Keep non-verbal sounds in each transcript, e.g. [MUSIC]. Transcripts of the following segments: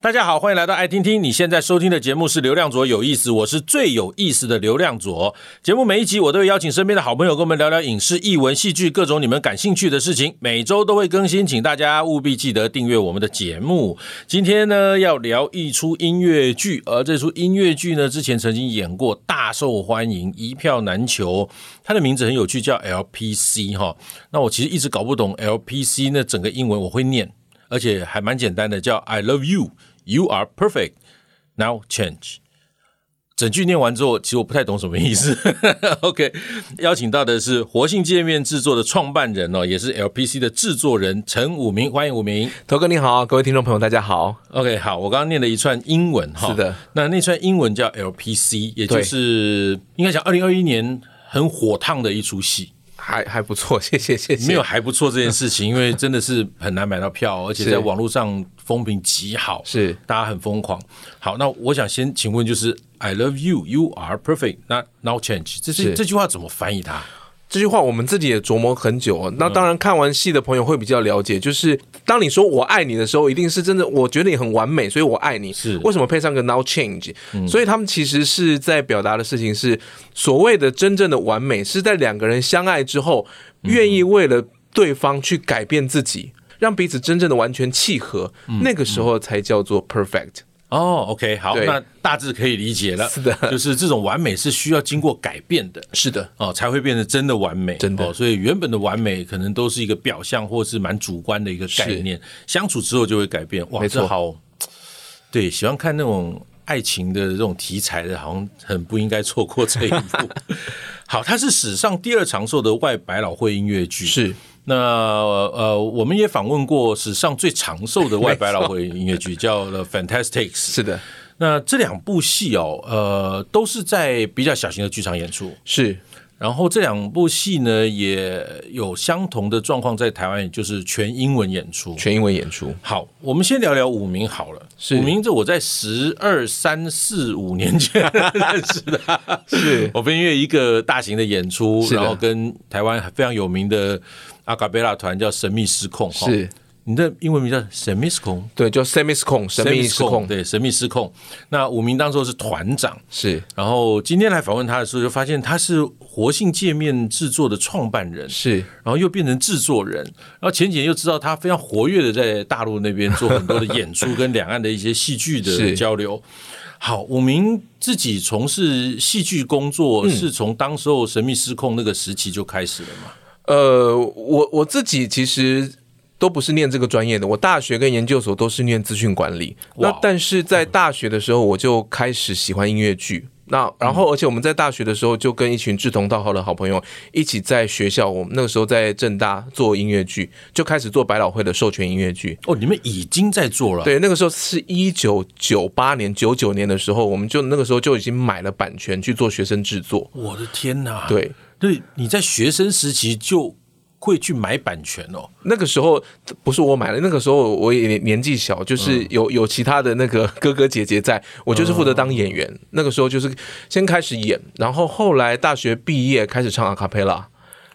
大家好，欢迎来到爱听听。你现在收听的节目是《流量左有意思》，我是最有意思的流量左。节目每一集我都会邀请身边的好朋友跟我们聊聊影视、艺文、戏剧各种你们感兴趣的事情，每周都会更新，请大家务必记得订阅我们的节目。今天呢，要聊一出音乐剧，而这出音乐剧呢，之前曾经演过，大受欢迎，一票难求。它的名字很有趣，叫 LPC 哈。那我其实一直搞不懂 LPC 那整个英文，我会念。而且还蛮简单的，叫 "I love you, you are perfect, now change"。整句念完之后，其实我不太懂什么意思。OK，邀请到的是活性界面制作的创办人哦，也是 LPC 的制作人陈武明，欢迎武明。头哥你好，各位听众朋友大家好。 OK，好，我刚刚念了一串英文哈，是的，那那串英文叫 LPC，也就是应该讲二零二一年很火烫的一出戏。还还不错， [LAUGHS] 谢谢谢谢。没有还不错这件事情， [LAUGHS] 因为真的是很难买到票，而且在网络上风评极好，是大家很疯狂。好，那我想先请问，就是 I love you, you are perfect, not now change，这是是这句话怎么翻译它？这句话我们自己也琢磨很久、哦。嗯那当然，看完戏的朋友会比较了解，就是当你说我爱你的时候，一定是真的，我觉得你很完美，所以我爱你。是嗯为什么配上个 now change？、所以他们其实是在表达的事情是，所谓的真正的完美，是在两个人相爱之后，愿意为了对方去改变自己，让彼此真正的完全契合，嗯那个时候才叫做 perfect。哦，OK，好，对那大致可以理解了。是的就是这种完美是需要经过改变的。是的，哦，才会变得真的完美，真的哦。所以原本的完美可能都是一个表象，或是蛮主观的一个概念。相处之后就会改变，哇，没错这好。对，喜欢看那种爱情的这种题材的，好像很不应该错过这一部。 [LAUGHS] 好，它是史上第二长寿的外百老汇音乐剧。是那呃，我们也访问过史上最长寿的外百老汇音乐剧，叫《The Fantastics》。是的，那这两部戏哦，呃，都是在比较小型的剧场演出。是然后这两部戏呢，也有相同的状况在台湾，也就是全英文演出。全英文演出。好，我们先聊聊武明好了。是武明，这我在十二三四五年前认识的， [LAUGHS] 是我们因为一个大型的演出，是的然后跟台湾非常有名的阿卡贝拉团叫神秘失控。哈是，你的英文名叫神秘失控，对，就 semiscon 神秘失控，对，神秘失控。那武明当时候是团长，是然后今天来访问他的时候，就发现他是活性界面制作的创办人，是然后又变成制作人，然后前几年又知道他非常活跃的在大陆那边做很多的演出，跟两岸的一些戏剧的是交流。好，武明自己从事戏剧工作，是从当时候《神秘失控》那个时期就开始了嘛？呃，我我自己其实都不是念这个专业的，我大学跟研究所都是念资讯管理。哇那但是在大学的时候，我就开始喜欢音乐剧。那然后，而且我们在大学的时候就跟一群志同道合的好朋友一起在学校，我们那个时候在正大做音乐剧，就开始做百老汇的授权音乐剧。哦，你们已经在做了，，对，那个时候是一九九八年、九九年的时候，我们就那个时候就已经买了版权去做学生制作。我的天哪！， [LAUGHS] 对，对，你在学生时期就会去买版权哦，那个时候不是我买的，那个时候我也年纪小，就是有有其他的那个 [LAUGHS] 哥哥姐姐在，我就是负责当演员。那个时候就是先开始演，然后后来大学毕业开始唱阿卡贝拉。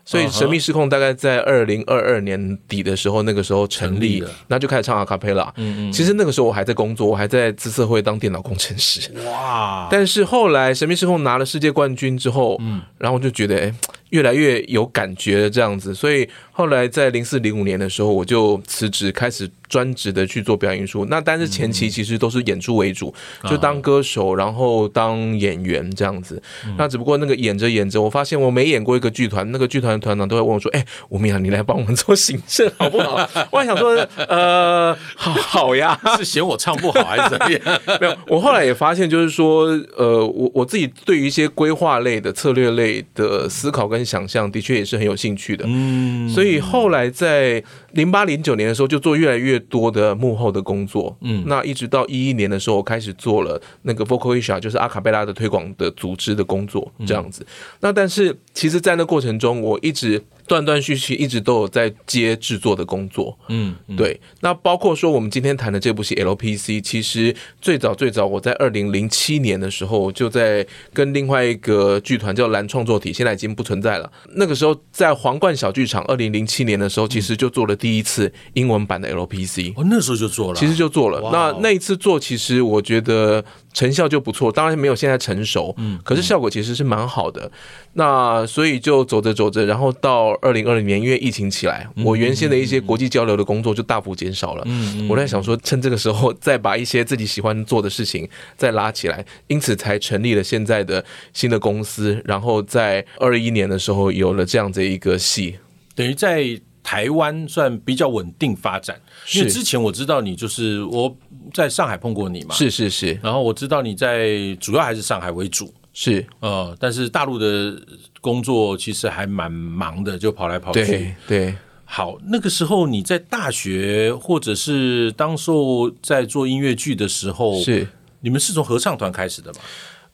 所以嗯《哼神秘失控》大概在二零二二年底的时候，那个时候成立立了，那就开始唱阿卡贝拉。嗯嗯，其实那个时候我还在工作，我还在自测会当电脑工程师。哇！但是后来《神秘失控》拿了世界冠军之后，嗯，然后我就觉得，哎、越来越有感觉了这样子。所以后来在零四零五年的时候，我就辞职，开始专职的去做表演艺术。那但是前期其实都是演出为主，就当歌手，然后当演员这样子。那只不过那个演着演着，我发现我每演过一个剧团，那个剧团的团长都会问我说：“哎、吴明啊，你来帮我们做行政好不好？” [LAUGHS] 我还想说，呃， [LAUGHS] 好好呀。 [LAUGHS] 是嫌我唱不好还是怎么样？ [LAUGHS] 没有，我后来也发现，就是说，呃，我我自己对于一些规划类的、策略类的思考跟想象，的确也是很有兴趣的。嗯，所以后来在零八零九年的时候，就做越来越多的幕后的工作。嗯，那一直到一一年的时候，我开始做了那个 Vocalia，就是阿卡贝拉的推广的组织的工作，这样子。那但是其实，在那过程中，我一直断断续续一直都有在接制作的工作。嗯，嗯对，那包括说我们今天谈的这部戏 LPC，其实最早最早我在二零零七年的时候就在跟另外一个剧团叫蓝创作体，现在已经不存在了。那个时候在皇冠小剧场，二零零七年的时候，其实就做了第一次英文版的 LPC。哦，那时候就做了啊，其实就做了。哇哦那那一次做，其实我觉得成效就不错，当然没有现在成熟，嗯，可是效果其实是蛮好的。那所以就走着走着，然后到二零二零年，因为疫情起来，我原先的一些国际交流的工作就大幅减少了。嗯，我在想说，趁这个时候再把一些自己喜欢做的事情再拉起来，因此才成立了现在的新的公司，然后在二一年的时候有了这样的一个戏。等于在台湾算比较稳定发展。因为是之前我知道你就是我在上海碰过你嘛，是是是然后我知道你在主要还是上海为主，是，呃，但是大陆的工作其实还蛮忙的，就跑来跑去对。对。好，那个时候你在大学或者是当时候在做音乐剧的时候，是你们是从合唱团开始的嘛？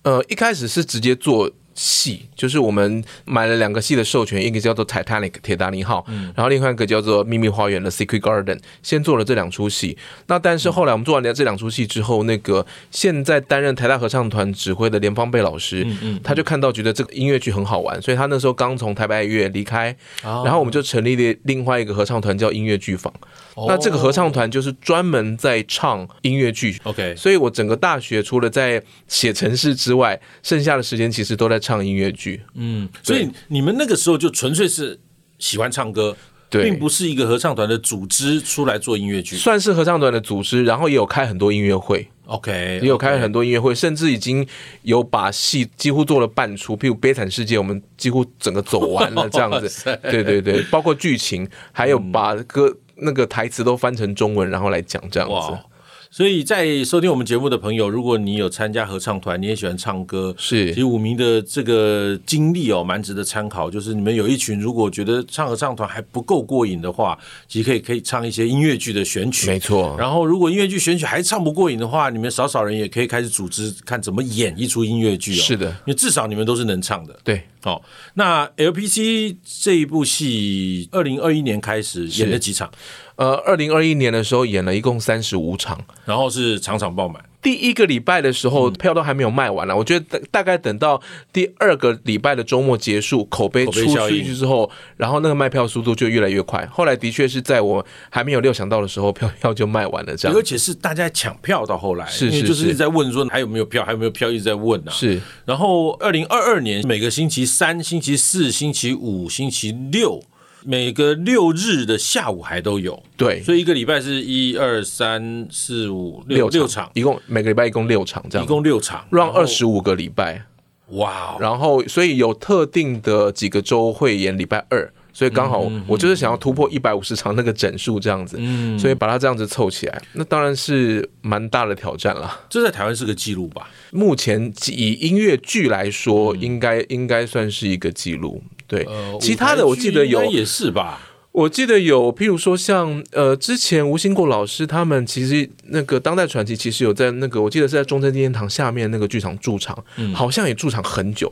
呃，一开始是直接做戏，就是我们买了两个戏的授权，一个叫做《Titanic》铁达尼号，然后另外一个叫做《秘密花园》的《Secret Garden》，先做了这两出戏。那但是后来我们做完了这两出戏之后，那个现在担任台大合唱团指挥的连方贝老师，他就看到觉得这个音乐剧很好玩，所以他那时候刚从台北爱乐离开，然后我们就成立了另外一个合唱团叫音乐剧坊。哦哦那这个合唱团就是专门在唱音乐剧， OK，所以我整个大学除了在写程式之外，剩下的时间其实都在唱音乐剧。嗯，所以你们那个时候就纯粹是喜欢唱歌，对并不是一个合唱团的组织出来做音乐剧。算是合唱团的组织，然后也有开很多音乐会， OK，也有开很多音乐会，甚至已经有把戏几乎做了半出，譬如《悲惨世界》，我们几乎整个走完了这样哇塞嗯子。对对对，包括剧情，还有把歌那个台词都翻成中文，然后来讲这样子哇。。啊所以在收听我们节目的朋友，如果你有参加合唱团，你也喜欢唱歌，是其实五明的这个经历哦，蛮值得参考。就是你们有一群如果觉得唱合唱团还不够过瘾的话，其实可以可以唱一些音乐剧的选曲，没错，然后，如果音乐剧选曲还唱不过瘾的话，你们少少人也可以开始组织看怎么演一出音乐剧哦。是的因为至少你们都是能唱的。对，哦，那 LPC 这一部戏，二零二一年开始演了几场，呃，二零二一年的时候演了一共三十五场，然后是场场爆满。第一个礼拜的时嗯候，票都还没有卖完了。我觉得大大概等到第二个礼拜的周末结束，口碑口碑出效去应之后，然后那个卖票速度就越来越快。后来的确是在我还没有料想到的时候，票票就卖完了。这样而且是大家抢票到后来，是因为是就是是一直在问说还有没有票，还有没有票，一直在问啊。是然后，二零二二年每个星期三、星期四、星期五、星期六，每个六日的下午还都有。对所以一个礼拜是一二三四五六六场，一共每个礼拜一共六场一这样，共六场，让二十五个礼拜。哇哦，然后所以有特定的几个周会演礼拜二，所以刚嗯好我就是想要突破一百五十场那个整数这样子，嗯所以把它这样子凑起来，那当然是蛮大的挑战了。这在台湾是个记录吧？目前以音乐剧来说，嗯应该应该算是一个记录。对，其他的我记得有呃舞台剧应该，也是吧？我记得有，譬如说像呃，之前吴兴国老师他们其实那个当代传奇其实有在那个，我记得是在中正纪念堂下面那个剧场驻场，嗯好像也驻场很久。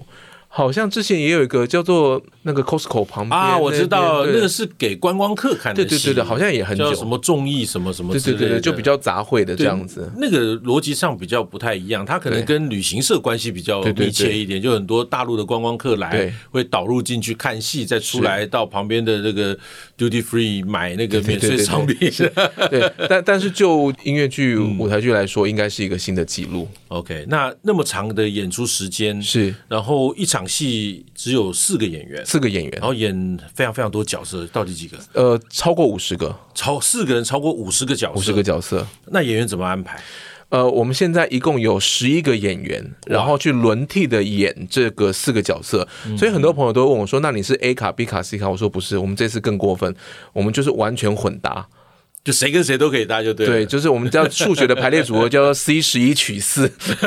好像之前也有一个叫做那个 Costco 旁边啊，我知道对那个是给观光客看的对戏，对对对，好像也很久叫，什么综艺什么什么对之对类的，对对，就比较杂烩的这样子。那个逻辑上比较不太一样，它可能对跟旅行社关系比较对对对密切一点，就很多大陆的观光客来对会导入进去看戏，再出来到旁边的那个 duty free 买那个免对对税对商品。对，但但是就音乐剧、嗯舞台剧来说，应该是一个新的记录。 [LAUGHS] OK，那那么长的演出时间，是然后一场戏只有四个演员，四个演员然，后演非常非常多角色，到底几个？呃，超过五十个，超四个人超过五十个角色，五十个角色。那演员怎么安排？呃，我们现在一共有十一个演员，然后去轮替的演这个四个角色，所以很多朋友都问我说：“那你是 A 卡、B 卡、C 卡？”我说：“不是，我们这次更过分，我们就是完全混搭。就谁跟谁都可以搭，就对了。对，就是我们叫数学的排列组 [LAUGHS] 合叫做 C 十一取四， [LAUGHS]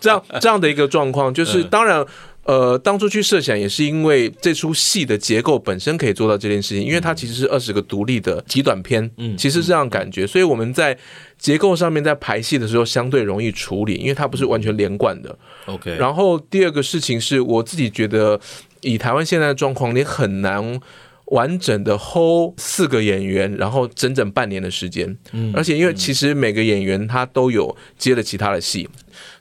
这样这样的一个状况，就是当然。呃，当初去设想也是因为这出戏的结构本身可以做到这件事情，因为它其实是二十个独立的极短片，嗯，其实是这样感觉，所以我们在结构上面在排戏的时候相对容易处理，因为它不是完全连贯的。 ，OK，然后第二个事情是我自己觉得，以台湾现在的状况，你很难完整的 hold 四个演员，然后整整半年的时间。而且因为其实每个演员他都有接了其他的戏，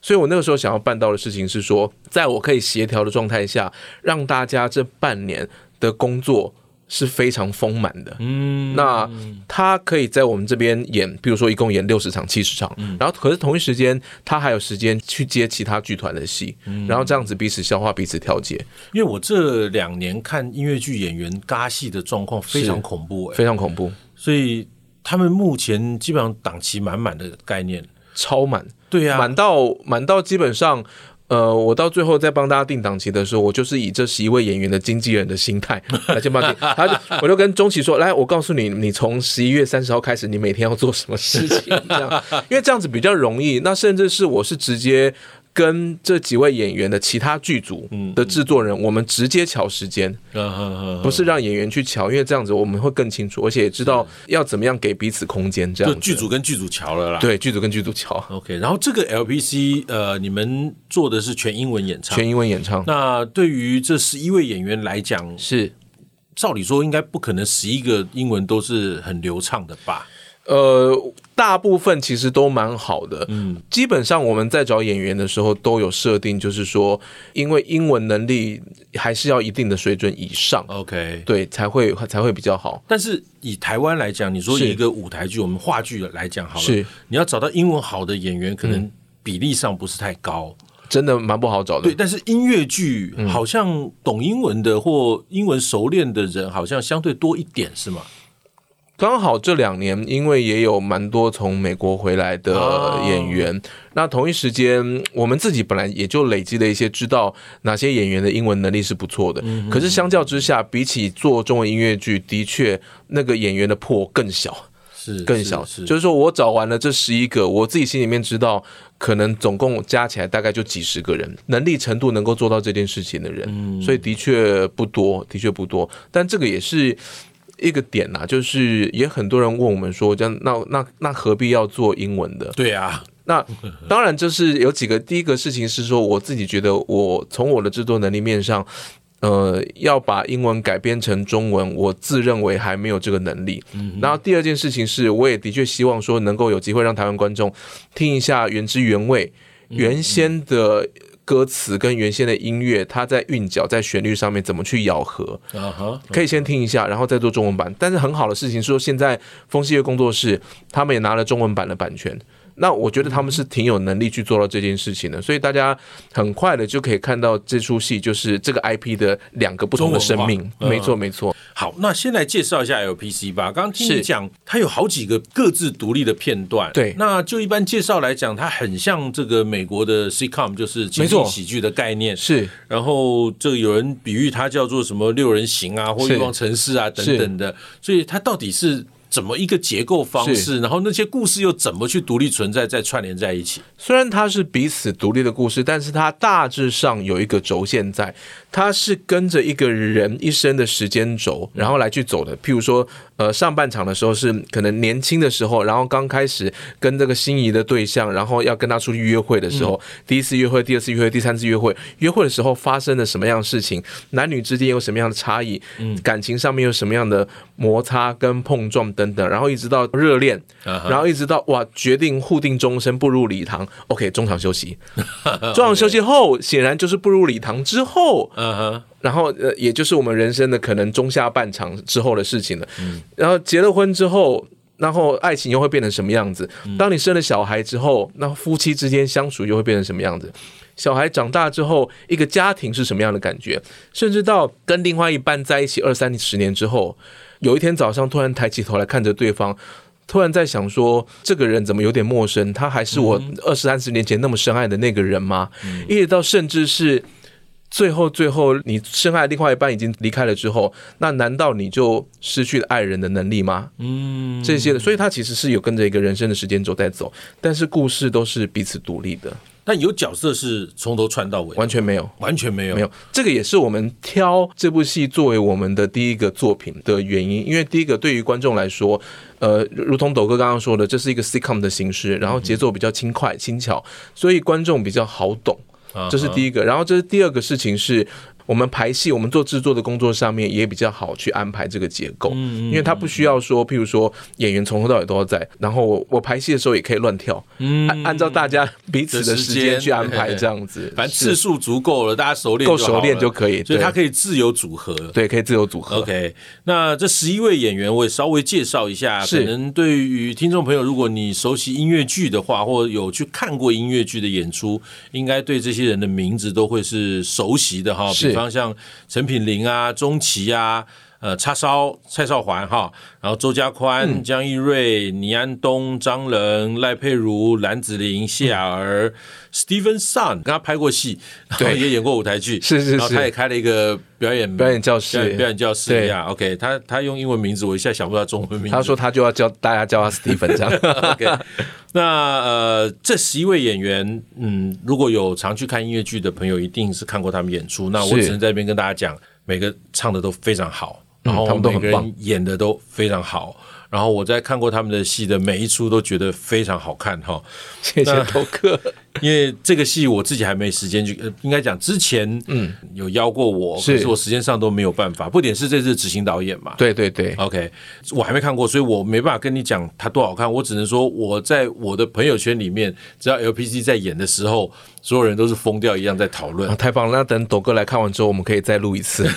所以我那个时候想要办到的事情是说，在我可以协调的状态下，让大家这半年的工作是非常丰满的。嗯，那他可以在我们这边演，比如说一共演六十场、七十场，嗯然后可是同一时间他还有时间去接其他剧团的戏，嗯然后这样子彼此消化、彼此调节，因为我这两年看音乐剧演员尬戏的状况非常恐怖、欸，非常恐怖，所以他们目前基本上档期满满的概念。超满，对啊呀、满到满到基本上。呃，我到最后在帮大家定档期的时候，我就是以这十一位演员的经纪人的 [LAUGHS] 心态来先帮你定。他就我就跟钟琪说，来，我告诉你，你从十一月三十号开始，你每天要做什么事情，[LAUGHS] 这样，因为这样子比较容易。那甚至是我是直接跟这几位演员的其他剧组的制作人，我们直接瞧时间，嗯嗯嗯，不是让演员去瞧，因为这样子我们会更清楚，而且也知道要怎么样给彼此空间，这嗯样就子剧组跟剧组瞧了啦。对剧组跟剧组瞧， OK，然后这个 LPC 呃，你们做的是全英文演唱。全英文演唱那对于这十一位演员来讲，是。照理说应该不可能十一个英文都是很流畅的吧？呃，大部分其实都蛮好的。嗯，基本上我们在找演员的时候都有设定，就是说，因为英文能力还是要一定的水准以上， OK，对，才会才会比较好。但是以台湾来讲，你说是以一个舞台剧，我们话剧来讲好了，是嗯你要找到英文好的演员，可能比例上不是太高。真的蛮不好找的对，。但是音乐剧嗯好像懂英文的或英文熟练的人，好像相对多一点，是吗？刚好这两年，因为也有蛮多从美国回来的哦演员，那同一时间，我们自己本来也就累积了一些知道哪些演员的英文能力是不错的。可是相较之下，比起做中文音乐剧，的确那个演员的破更小。是更小，是就是说我找完了这十一个，我自己心里面知道，可能总共加起来大概就几十个人，能力程度能够做到这件事情的人，嗯所以的确不多，的确不多。但这个也是一个点呐、就是也很多人问我们说，这样那那那何必要做英文的？对啊，那当然，就是有几个。第一个事情是说，我自己觉得我从我的制作能力面上，呃，要把英文改编成中文，我自认为还没有这个能力。然后第二件事情是，我也的确希望说能够有机会让台湾观众听一下原汁原味、原先的。歌词跟原先的音乐，它在韵脚、在旋律上面怎么去咬合，啊哈，可以先听一下，嗯然后再做中文版。但是很好的事情是说，现在风细月工作室他们也拿了中文版的版权。那我觉得他们是挺有能力去做到这件事情的，所以大家很快的就可以看到这出戏就是这个 IP 的两个不同的生中命。文化嗯没错，没错，好，那先来介绍一下 LPC 吧。刚刚听你是讲，它有好几个各自独立的片段。对那就一般介绍来讲，它很像这个美国的 sitcom，就是情没景错喜剧的概念。是然后这个有人比喻它叫做什么六人行啊，或是欲望城市啊等等的。所以它到底是怎么一个结构方式？然后那些故事又怎么去独立存在，再串联在一起？虽然它是彼此独立的故事，但是它大致上有一个轴线在，它是跟着一个人一生的时间轴，然后来去走的。譬如说，呃，上半场的时候是可能年轻的时候，然后刚开始跟这个心仪的对象，然后要跟他出去约会的时候，第一次约会、第二次约会、第三次约会，约会的时候发生了什么样的事情，男女之间有什么样的差异，感情上面有什么样的摩擦跟碰撞等等，然后一直到热恋，啊哈然后一直到哇，决定互定终身，步入礼堂。OK，中场休息，中场休息后，显然就是步入礼堂之后，嗯哼，然后呃，也就是我们人生的可能中下半场之后的事情了。然后结了婚之后。然后爱情又会变成什么样子？当你生了小孩之后，那夫妻之间相处又会变成什么样子？小孩长大之后，一个家庭是什么样的感觉？甚至到跟另外一半在一起二三十年之后，有一天早上突然抬起头来看着对方，突然在想说，这个人怎么有点陌生？他还是我二三十年前那么深爱的那个人吗？一直到甚至是最后最后，你深爱的另外一半已经离开了之后，那难道你就失去了爱人的能力吗？嗯，这些的，所以他其实是有跟着一个人生的时间轴在走，但是故事都是彼此独立的，但有角色是从头串到尾，完全没有。完全没有，没有，这个也是我们挑这部戏作为我们的第一个作品的原因，因为第一个对于观众来说，呃，如同斗哥刚刚说的，这是一个 sitcom 的形式，然后节奏比较轻快轻巧，所以观众比较好懂，啊哈，这是第一个。然后这是第二个事情是。我们排戏，我们做制作的工作上面也比较好去安排这个结嗯构，因为它不需要说，譬如说演员从头到尾都要在，然后我我排戏的时候也可以乱跳，嗯按按照大家彼此的时间去安排这样子， [LAUGHS] 反正次是数足够了，大家熟练够就熟好练了就可以所以对它可以自由组合。对，可以自由组合。 OK，那这十一位演员我也稍微介绍一下，可是能对于听众朋友，如果你熟悉音乐剧的话，或有去看过音乐剧的演出，应该对这些人的名字都会是熟悉的哈。是比方像陈品玲啊、钟琪啊、呃叉烧、蔡少环哈，然后周家宽、嗯江一瑞、倪安东、张仁、赖佩如、蓝子玲、谢雅儿、Steven Sun，跟他拍过戏，然后嗯对也演过舞台剧，是是然后他是也开了一个表演表演教室表演表演教室对呀，OK，他他用英文名字，我一下想不到中文名字。他说他就要叫大家叫他 Steven 这样， [LAUGHS] OK，那呃，这十一位演员，嗯，如果有常去看音乐剧的朋友，一定是看过他们演出。那我是只能在这边跟大家讲，每个唱的都非常好，然嗯他后们都每很个棒人演的都非常好。然后我在看过他们的戏的每一出都觉得非常好看哈，谢谢头哥。因为这个戏我自己还没时间去，呃应该讲之前嗯有邀过我，是可是我时间上都没有办法。不点是这次执行导演嘛，对对对， OK，我还没看过，所以我没办法跟你讲它多好看。我只能说我在我的朋友圈里面，只要 LPG 在演的时候，所有人都是疯掉一样在讨论啊，。太棒了！那等斗哥来看完之后，我们可以再录 [LAUGHS] 一次。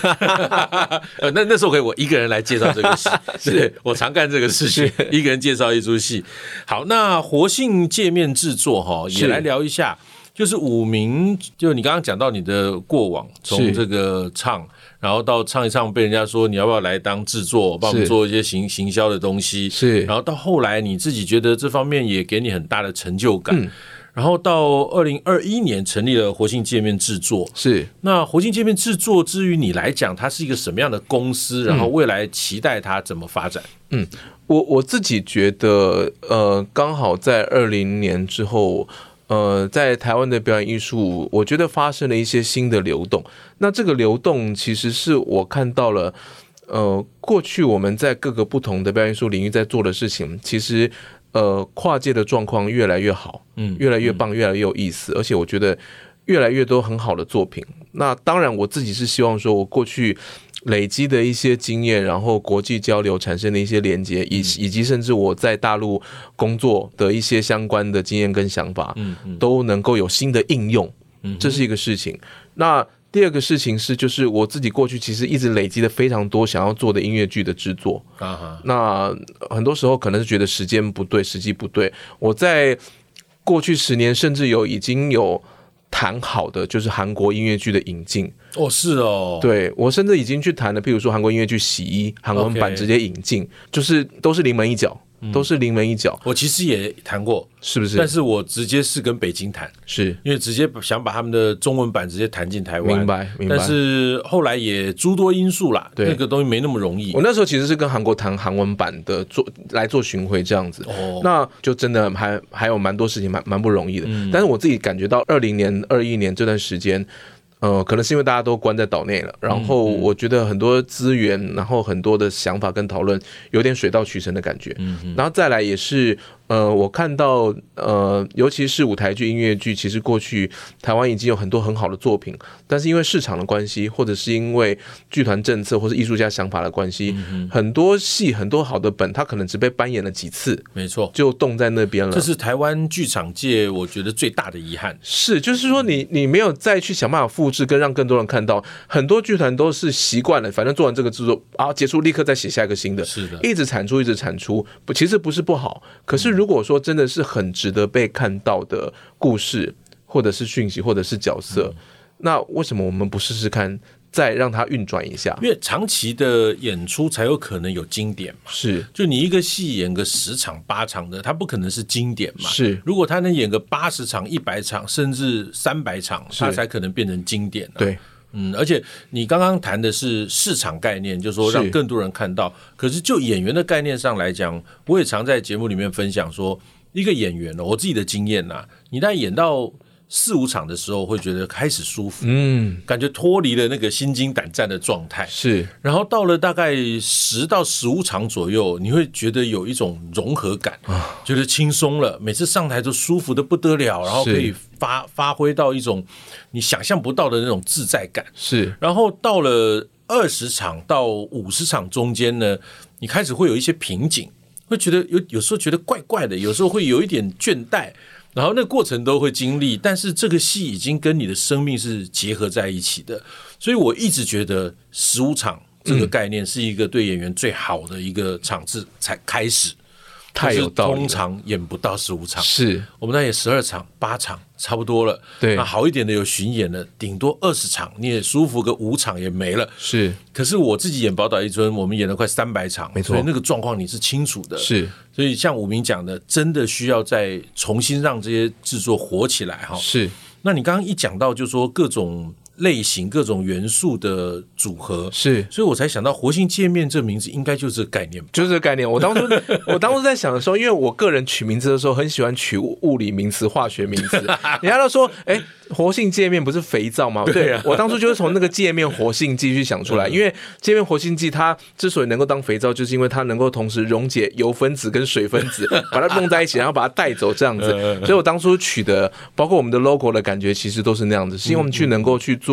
呃，那那时候可以我一个人来介绍这个 [LAUGHS] 戏，对我常干这个事情，一个人介绍一出戏。好，那活性界面制作哈，也是来聊一下，就是五名，就你刚刚讲到你的过往，从是这个唱，然后到唱一唱被人家说你要不要来当制作，帮我们是做一些行行销的东西，是然后到后来你自己觉得这方面也给你很大的成就感。嗯然后到二零二一年成立了活性界面制作，是那活性界面制作，至于你来讲，它是一个什么样的公司？然后嗯未来期待它怎么发展？我我自己觉得，呃，刚好在二零年之后，呃，在台湾的表演艺术，我觉得发生了一些新的流动。那这个流动其实是我看到了。呃，过去我们在各个不同的表演艺术领域在做的事情，其实呃跨界的状况越来越好，嗯越来越棒，越来越有意思，而且我觉得越来越多很好的作品。那当然，我自己是希望说，我过去累积的一些经验，然后国际交流产生的一些连接，以嗯以及甚至我在大陆工作的一些相关的经验跟想法，嗯嗯都能够有新的应用，这是一个事情。那第二个事情是，就是我自己过去其实一直累积了非常多想要做的音乐剧的制作，啊哈，那很多时候可能是觉得时间不对，时机不对。我在过去十年，甚至有已经有谈好的，就是韩国音乐剧的引进。哦是哦，，对我甚至已经去谈了，譬如说韩国音乐剧《洗衣》，韩文 OK 版直接引进就是都是临门一脚，都是临门一脚，我其实也谈过，是不但是？是我直接是跟北京谈，是因为直接想把他们的中文版直接谈进台湾，明白明白但是后来也诸多因素啦，对那个东西没那么容易我。那时候其实是跟韩国谈韩文版的做来做巡回这样子，哦那就真的还还有蛮多事情蛮蛮不容易的。但是我自己感觉到二零年、二一年这段时间。呃，可能是因为大家都关在岛内了，然后我觉得很多资源，然后很多的想法跟讨论，有点水到渠成的感觉。然后再来也是，呃，我看到，呃，尤其是舞台剧、音乐剧，其实过去台湾已经有很多很好的作品，但是因为市场的关系，或者是因为剧团政策，或是艺术家想法的关系，很多戏、很多好的本，它可能只被扮演了几次，没错，就冻在那边了。这是台湾剧场界我觉得最大的遗憾。是，就是说你你没有再去想办法复制，跟让更多人看到。很多剧团都是习惯了，反正做完这个制作啊，结束立刻再写下一个新的，是的一直产出，一直产出。不，其实不是不好，可是如果说真的是很值得被看到的故事，或者是讯息，或者是角色，嗯那为什么我们不试试看，再让它运转一下？因为长期的演出才有可能有经典嘛，是就你一个戏演个十场八场的，它不可能是经典嘛。是如果他能演个八十场、一百场，甚至三百场，他才可能变成经典、啊。，对，嗯，而且你刚刚谈的是市场概念，就是说是让更多人看到。可是就演员的概念上来讲，我哦也常在节目里面分享说，一个演员呢，我自己的经验呐、你在演到四五场的时候，会觉得开始舒服，嗯，感觉脱离了那个心惊胆战的状态。是然后到了大概十到十五场左右，你会觉得有一种融合感，觉得轻松了，每次上台都舒服的不得了，然后可以发发挥到一种你想象不到的那种自在感。是，然后到了二十场到五十场中间呢，你开始会有一些瓶颈，会觉得有有时候觉得怪怪的，有时候会有一点倦怠，然后那个过程都会经历，但是这个戏已经跟你的生命是结合在一起的，所以我一直觉得十五场这个概念是一个对演员最好的一个场次才开始，太有道理了就是通常演不到十五场，是我们那也十二场、八场差不多了。对那好一点的有巡演了，顶多二十场，你也舒服个五场也没了。是可是我自己演《宝岛一村》，我们演了快三百场，没错所以那个状况你是清楚的。，是所以像武明讲的，真的需要再重新让这些制作火起来哈。是那你刚刚一讲到，就说各种类型、各种元素的组合，是，所以我才想到“活性界面”这名字应该就是这个概念吧。就是这个概念。我当初我当初在想的时候，因为我个人取名字的时候很喜欢取物理名词、化学名词，人家都说，哎、活性界面不是肥皂吗？对、我当初就是从那个界面活性剂去想出来，因为界面活性剂它之所以能够当肥皂，就是因为它能够同时溶解油分子跟水分子，把它弄在一起，然后把它带走这样子。所以我当初取的，包括我们的 logo 的感觉，其实都是那样子，是因为我们去能够去做。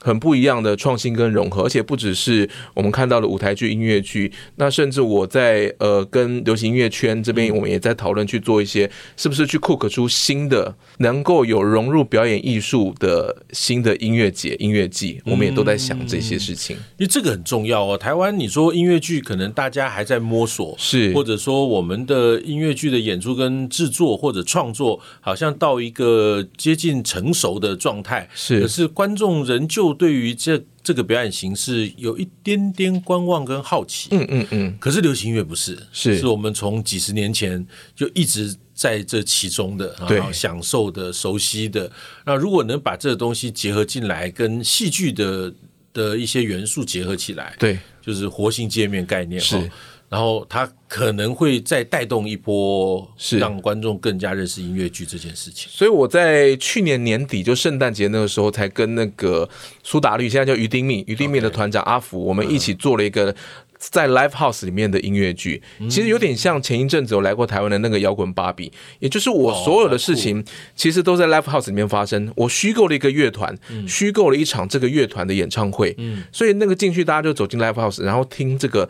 很不一样的创新跟融合，而且不只是我们看到的舞台剧、音乐剧，那甚至我在呃跟流行音乐圈这嗯边，我们也在讨论去做一些，是不是去 cook 出新的能够有融入表演艺术的新的音乐节、音乐季，我们也都在想这嗯些事情。因为这个很重要哦。台湾，你说音乐剧可能大家还在摸索，是或者说我们的音乐剧的演出跟制作或者创作，好像到一个接近成熟的状态。是可是观众仍旧对于这这个表演形式有一点点观望跟好奇。嗯嗯嗯，可是流行音乐不是，是是我们从几十年前就一直在这其中的，对然后享受的、熟悉的。那如果能把这个东西结合进来，跟戏剧的的一些元素结合起来，对，就是活性界面概念是哈。然后它可能会再带动一波，是让观众更加认识音乐剧这件事情。所以我在去年年底，就圣诞节那个时候，才跟那个苏打绿，现在叫于丁密，于丁密的团长阿福，我们一起做了一个。在 Live House 里面的音乐剧，其实有点像前一阵子有来过台湾的那个摇滚芭比，也就是我所有的事情其实都在 Live House 里面发生。我虚构了一个乐团，虚构了一场这个乐团的演唱会，所以那个进去大家就走进 Live House，然后听这个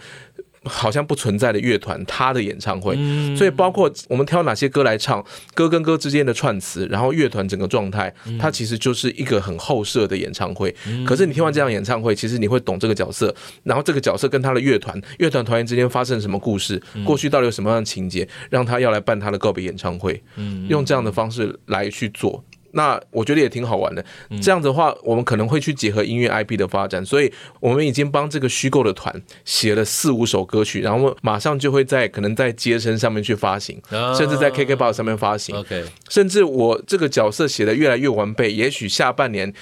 好像不存在的乐团，他的演唱会，所以包括我们挑哪些歌来唱，歌跟歌之间的串词，然后乐团整个状态，它其实就是一个很后设的演唱会。可是你听完这场演唱会，其实你会懂这个角色，然后这个角色跟他的乐团、乐团团员之间发生什么故事，过去到底有什么样的情节，让他要来办他的告别演唱会，用这样的方式来去做。那我觉得也挺好玩的。这样子的话，我们可能会去结合音乐 IP 的发展，所以我们已经帮这个虚构的团写了四五首歌曲，然后马上就会在可能在街声上面去发行，啊甚至在 KKBox 上面发行， OK，甚至我这个角色写的越来越完备，也许下半年。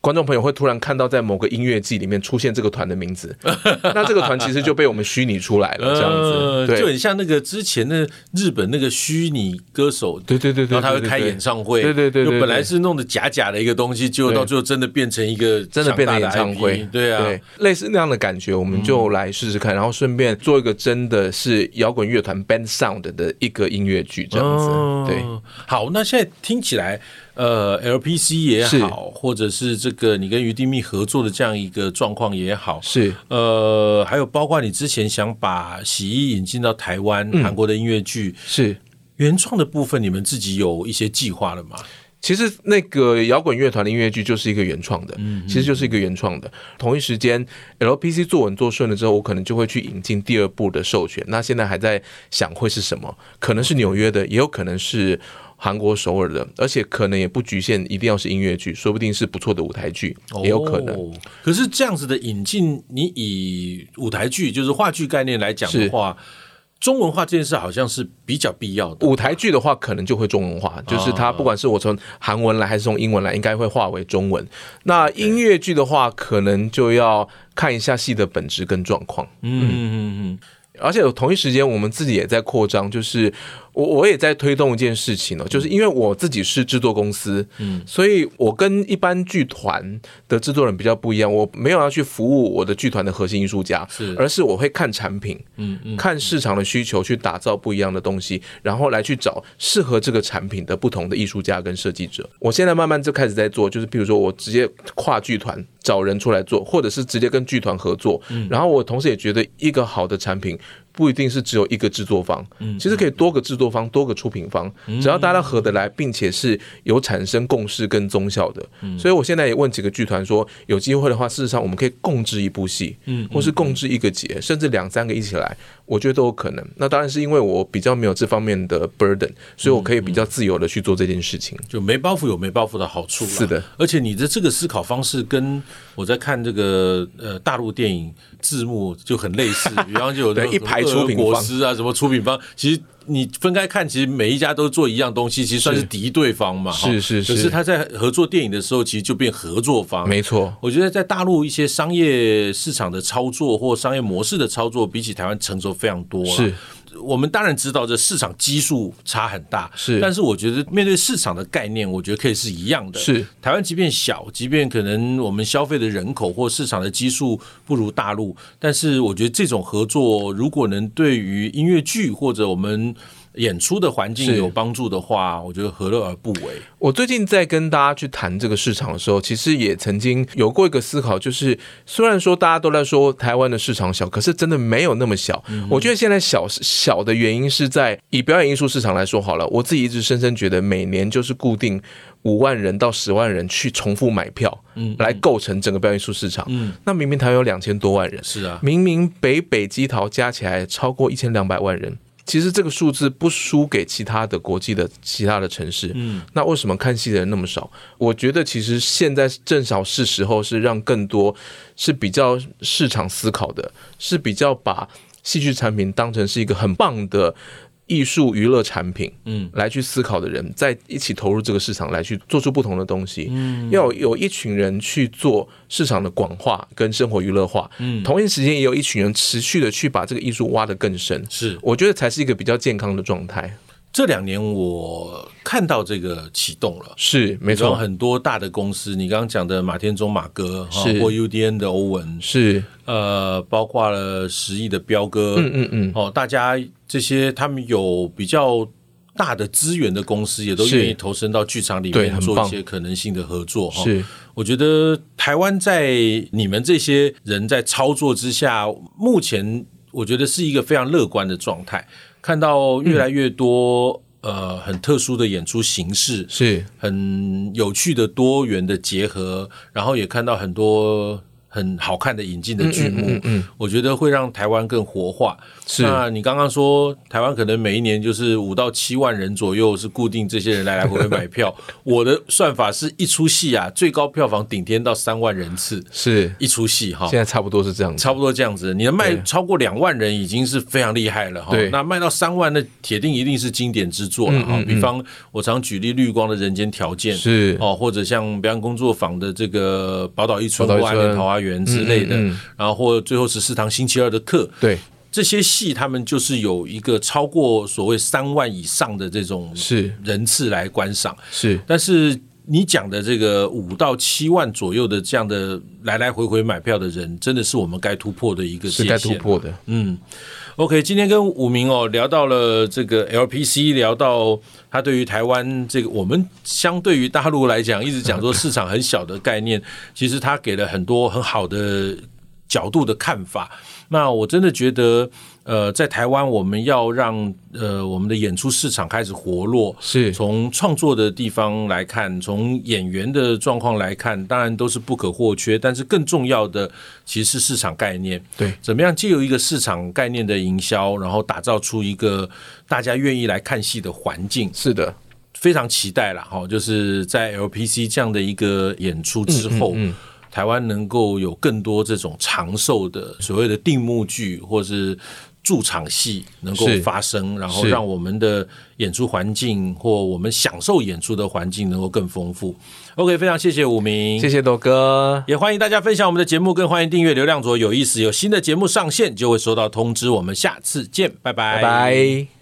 观众朋友会突然看到，在某个音乐季里面出现这个团的 [LAUGHS] 名字，那这个团其实就被我们虚拟出来了，这样子，呃对就很像那个之前的日本那个虚拟歌手，对对对对，然后他会对开对演唱会，对对对对就对本来是弄得假假的一个东西，结果到最后真的变成一个真的变成强演大的唱会， IP 对啊，类似那样的感觉，我们就来试试看，然后顺便做一个真的是摇滚乐团 band sound 的一个音乐剧，这样子，哦对，好，那现在听起来，呃，LPC 也是好，或者是这个你跟于丁密合作的这样一个状况也好，是呃，还有包括你之前想把洗衣引进到台湾、嗯韩国的音乐剧，是。原创的部分你们自己有一些计划了吗？其实那个摇滚乐团的音乐剧就是一个原创的，其实就是一个原创的。同一时间，LPC 做稳做顺了之后，我可能就会去引进第二部的授权。那现在还在想会是什么，可能是纽约的，也有可能是韩国首尔的，而且可能也不局限一定要是音乐剧，说不定是不错的舞台剧，也有可能。哦。可是这样子的引进，你以舞台剧就是话剧概念来讲的是话，中文化这件事好像是比较必要的。舞台剧的话，可能就会中文化，就是它不管是我从韩文来还是从英文来，应该会化为中文。那音乐剧的话，可能就要看一下戏的本质跟状况。嗯嗯嗯而且同一时间，我们自己也在扩张，就是我我也在推动一件事情哦，嗯就是因为我自己是制作公司，嗯，所以我跟一般剧团的制作人比较不一样，我没有要去服务我的剧团的核心艺术家，是而是我会看产品，嗯嗯，看市场的需求去打造不一样的东西，然后来去找适合这个产品的不同的艺术家跟设计者。我现在慢慢就开始在做，就是比如说我直接跨剧团找人出来做，或者是直接跟剧团合作。然后我同时也觉得一个好的产品。不一定是只有一个制作方，其实可以多个制作方、多个出品方，只要大家合得来，并且是有产生共识跟综效的。所以我现在也问几个剧团说，有机会的话，事实上我们可以共制一部戏，或是共制一个节，甚至两三个一起来，我觉得都有可能。那当然是因为我比较没有这方面的 burden，所以我可以比较自由的去做这件事情。就没包袱有没包袱的好处啦是的，而且你的这个思考方式跟我在看这个呃大陆电影字幕就很类 [LAUGHS] 似，比方就有那对种一排什么出品俄国方师啊，什么出品方，其实。你分开看，其实每一家都做一样东西，其实算是敌对方嘛。哈是是是可是他在合作电影的时候，其实就变合作方。嗯没错，我觉得在大陆一些商业市场的操作或商业模式的操作，比起台湾成熟非常多了。是我们当然知道这市场基数差很大，是但是我觉得面对市场的概念，我觉得可以是一样的。是台湾即便小，即便可能我们消费的人口或市场的基数不如大陆，但是我觉得这种合作如果能对于音乐剧或者我们演出的环境是有帮助的话，我觉得何乐而不为？我最近在跟大家去谈这个市场的时候，其实也曾经有过一个思考，就是虽然说大家都在说台湾的市场小，可是真的没有那么小。我觉得现在小小的原因是在以表演艺术市场来说好了，我自己一直深深觉得每年就是固定五万人到十万人去重复买票，来构成整个表演艺术市场。那明明台湾有两千多万人，是啊，明明北北基桃加起来超过一千两百万人，其实这个数字不输给其他的国际的其他的城市。嗯，那为什么看戏的人那么少？我觉得其实现在正好是时候是让更多是比较市场思考的，是比较把戏剧产品当成是一个很棒的。艺术娱乐产品，嗯，来去思考的人，在一起投入这个市场，来去做出不同的东西，嗯，要有一群人去做市场的广化跟生活娱乐化，嗯，同一时间也有一群人持续的去把这个艺术挖得更深，是我觉得才是一个比较健康的状态，这两年我看到这个启动了。是没然后错，很多大的公司，你刚刚讲的马天中、马哥，哈是或 UDN 的欧文，是呃，包括了十亿的彪哥，嗯嗯嗯，哦，大家这些他们有比较大的资源的公司，也都是愿意投身到剧场里对面很做一棒些可能性的合作。哈是我觉得台湾在你们这些人在操作之下，目前我觉得是一个非常乐观的状态，看到越来越多、呃很特殊的演出形式，是很有趣的多元的结合，然后也看到很多很好看的引进的剧嗯目，我觉得会让台湾更活化。是那你刚刚说台湾可能每一年就是五到七万人左右是固定这些人来来回回买 [LAUGHS] 票，我的算法是一出戏啊，最高票房顶天到三万人次是，一出戏哈。现在哦差不多是这样子，差不多这样子，你能卖对超过两万人已经是非常厉害了哈对。嗯那卖到三万，那铁定一定是经典之作了哈。比方我常举例绿光的《人间条件》是哦，或者像表演工作坊的这个《宝岛一村》宝岛或《一村暗恋桃花源》之类的，嗯嗯然后或最后十四堂星期二的课，对，这些戏他们就是有一个超过所谓三万以上的这种是人次来观赏。是但是你讲的这个五到七万左右的这样的来来回回买票的人，真的是我们该突破的一个是界该突限。破的，嗯，OK，今天跟武明哦聊到了这个 LPC，聊到呃他对于台湾这个我们相对于大陆来讲，一直讲说市场很小的概念，其实他给了很多很好的角度的看法。那我真的觉得，呃，在台湾我们要让呃我们的演出市场开始活络，是从创作的地方来看，从演员的状况来看，当然都是不可或缺。但是更重要的，其实是市场概念。对怎么样借由一个市场概念的营销，然后打造出一个大家愿意来看戏的环境，是的，非常期待啦。哈！就是在 LPC 这样的一个演出之后。嗯台湾能够有更多这种长寿的所谓的定幕剧或是驻场戏能够是发生，然后是让我们的演出环境或我们享受演出的环境能够更丰富。OK，非常谢谢武明，谢谢豆哥，也欢迎大家分享我们的节目，更欢迎订阅《流量左有意思》，有新的节目上线就会收到通知。我们下次见，拜拜，拜拜。